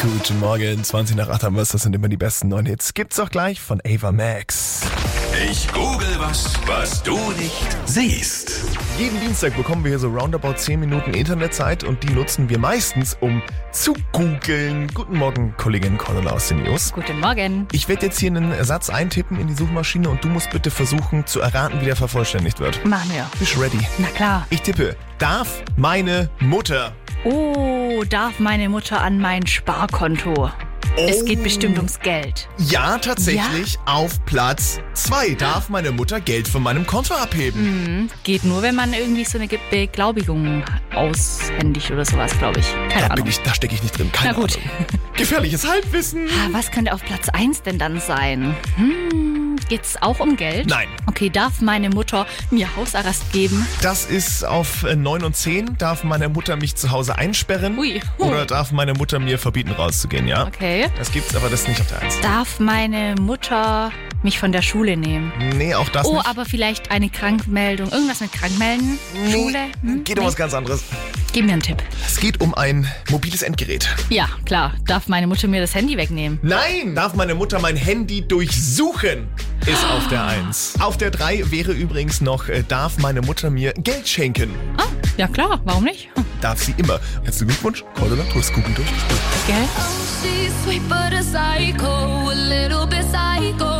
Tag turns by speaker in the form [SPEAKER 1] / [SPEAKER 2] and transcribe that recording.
[SPEAKER 1] Guten Morgen, 20 nach 8 haben wir es, das sind immer die besten neuen Hits. Gibt's auch gleich von Ava Max.
[SPEAKER 2] Ich google was, was du nicht siehst.
[SPEAKER 1] Jeden Dienstag bekommen wir hier so roundabout 10 Minuten Internetzeit und die nutzen wir meistens, um zu googeln. Guten Morgen, Kollegin Connell aus den News.
[SPEAKER 3] Guten Morgen.
[SPEAKER 1] Ich werde jetzt hier einen Satz eintippen in die Suchmaschine und du musst bitte versuchen zu erraten, wie der vervollständigt wird.
[SPEAKER 3] Machen wir.
[SPEAKER 1] Bist du ready?
[SPEAKER 3] Na klar.
[SPEAKER 1] Ich tippe, darf meine Mutter.
[SPEAKER 3] Oh, darf meine Mutter an mein Sparkonto? Es
[SPEAKER 1] Oh.
[SPEAKER 3] geht bestimmt ums Geld.
[SPEAKER 1] Ja, tatsächlich auf Platz 2. Darf meine Mutter Geld von meinem Konto abheben?
[SPEAKER 3] Hm, Geht nur, wenn man irgendwie so eine Ge- Beglaubigung aushändigt oder sowas, glaube ich. Keine
[SPEAKER 1] Da, bin
[SPEAKER 3] Ahnung.
[SPEAKER 1] ich, da stecke ich nicht drin. Keine
[SPEAKER 3] Na gut.
[SPEAKER 1] Ahnung. Gefährliches Halbwissen.
[SPEAKER 3] Ah, Was könnte auf Platz 1 denn dann sein? Hm, geht's auch um Geld?
[SPEAKER 1] Nein.
[SPEAKER 3] Okay, darf meine Mutter mir Hausarrest geben?
[SPEAKER 1] Das ist auf äh, 9 und 10. Darf meine Mutter mich zu Hause einsperren?
[SPEAKER 3] Ui.
[SPEAKER 1] Oder darf meine Mutter mir verbieten, rauszugehen, ja?
[SPEAKER 3] Okay.
[SPEAKER 1] Das gibt's, aber das ist nicht auf der 1.
[SPEAKER 3] Darf meine Mutter mich von der Schule nehmen?
[SPEAKER 1] Nee, auch das
[SPEAKER 3] Oh,
[SPEAKER 1] nicht.
[SPEAKER 3] aber vielleicht eine Krankmeldung. Irgendwas mit Krankmelden? Schule? Hm?
[SPEAKER 1] Geht um was ganz anderes.
[SPEAKER 3] Gib mir einen Tipp.
[SPEAKER 1] Es geht um ein mobiles Endgerät.
[SPEAKER 3] Ja, klar. Darf meine Mutter mir das Handy wegnehmen?
[SPEAKER 1] Nein! Darf meine Mutter mein Handy durchsuchen? Ist auf der 1. Auf der 3 wäre übrigens noch, äh, darf meine Mutter mir Geld schenken?
[SPEAKER 3] Ah, ja klar. Warum nicht? Hm,
[SPEAKER 1] Darf sie immer. Herzlichen Glückwunsch, Cordula, du hast
[SPEAKER 3] Oh,
[SPEAKER 1] Google durchgespielt.
[SPEAKER 3] Gell?
[SPEAKER 4] She's sweet but a psycho, a little bit psycho.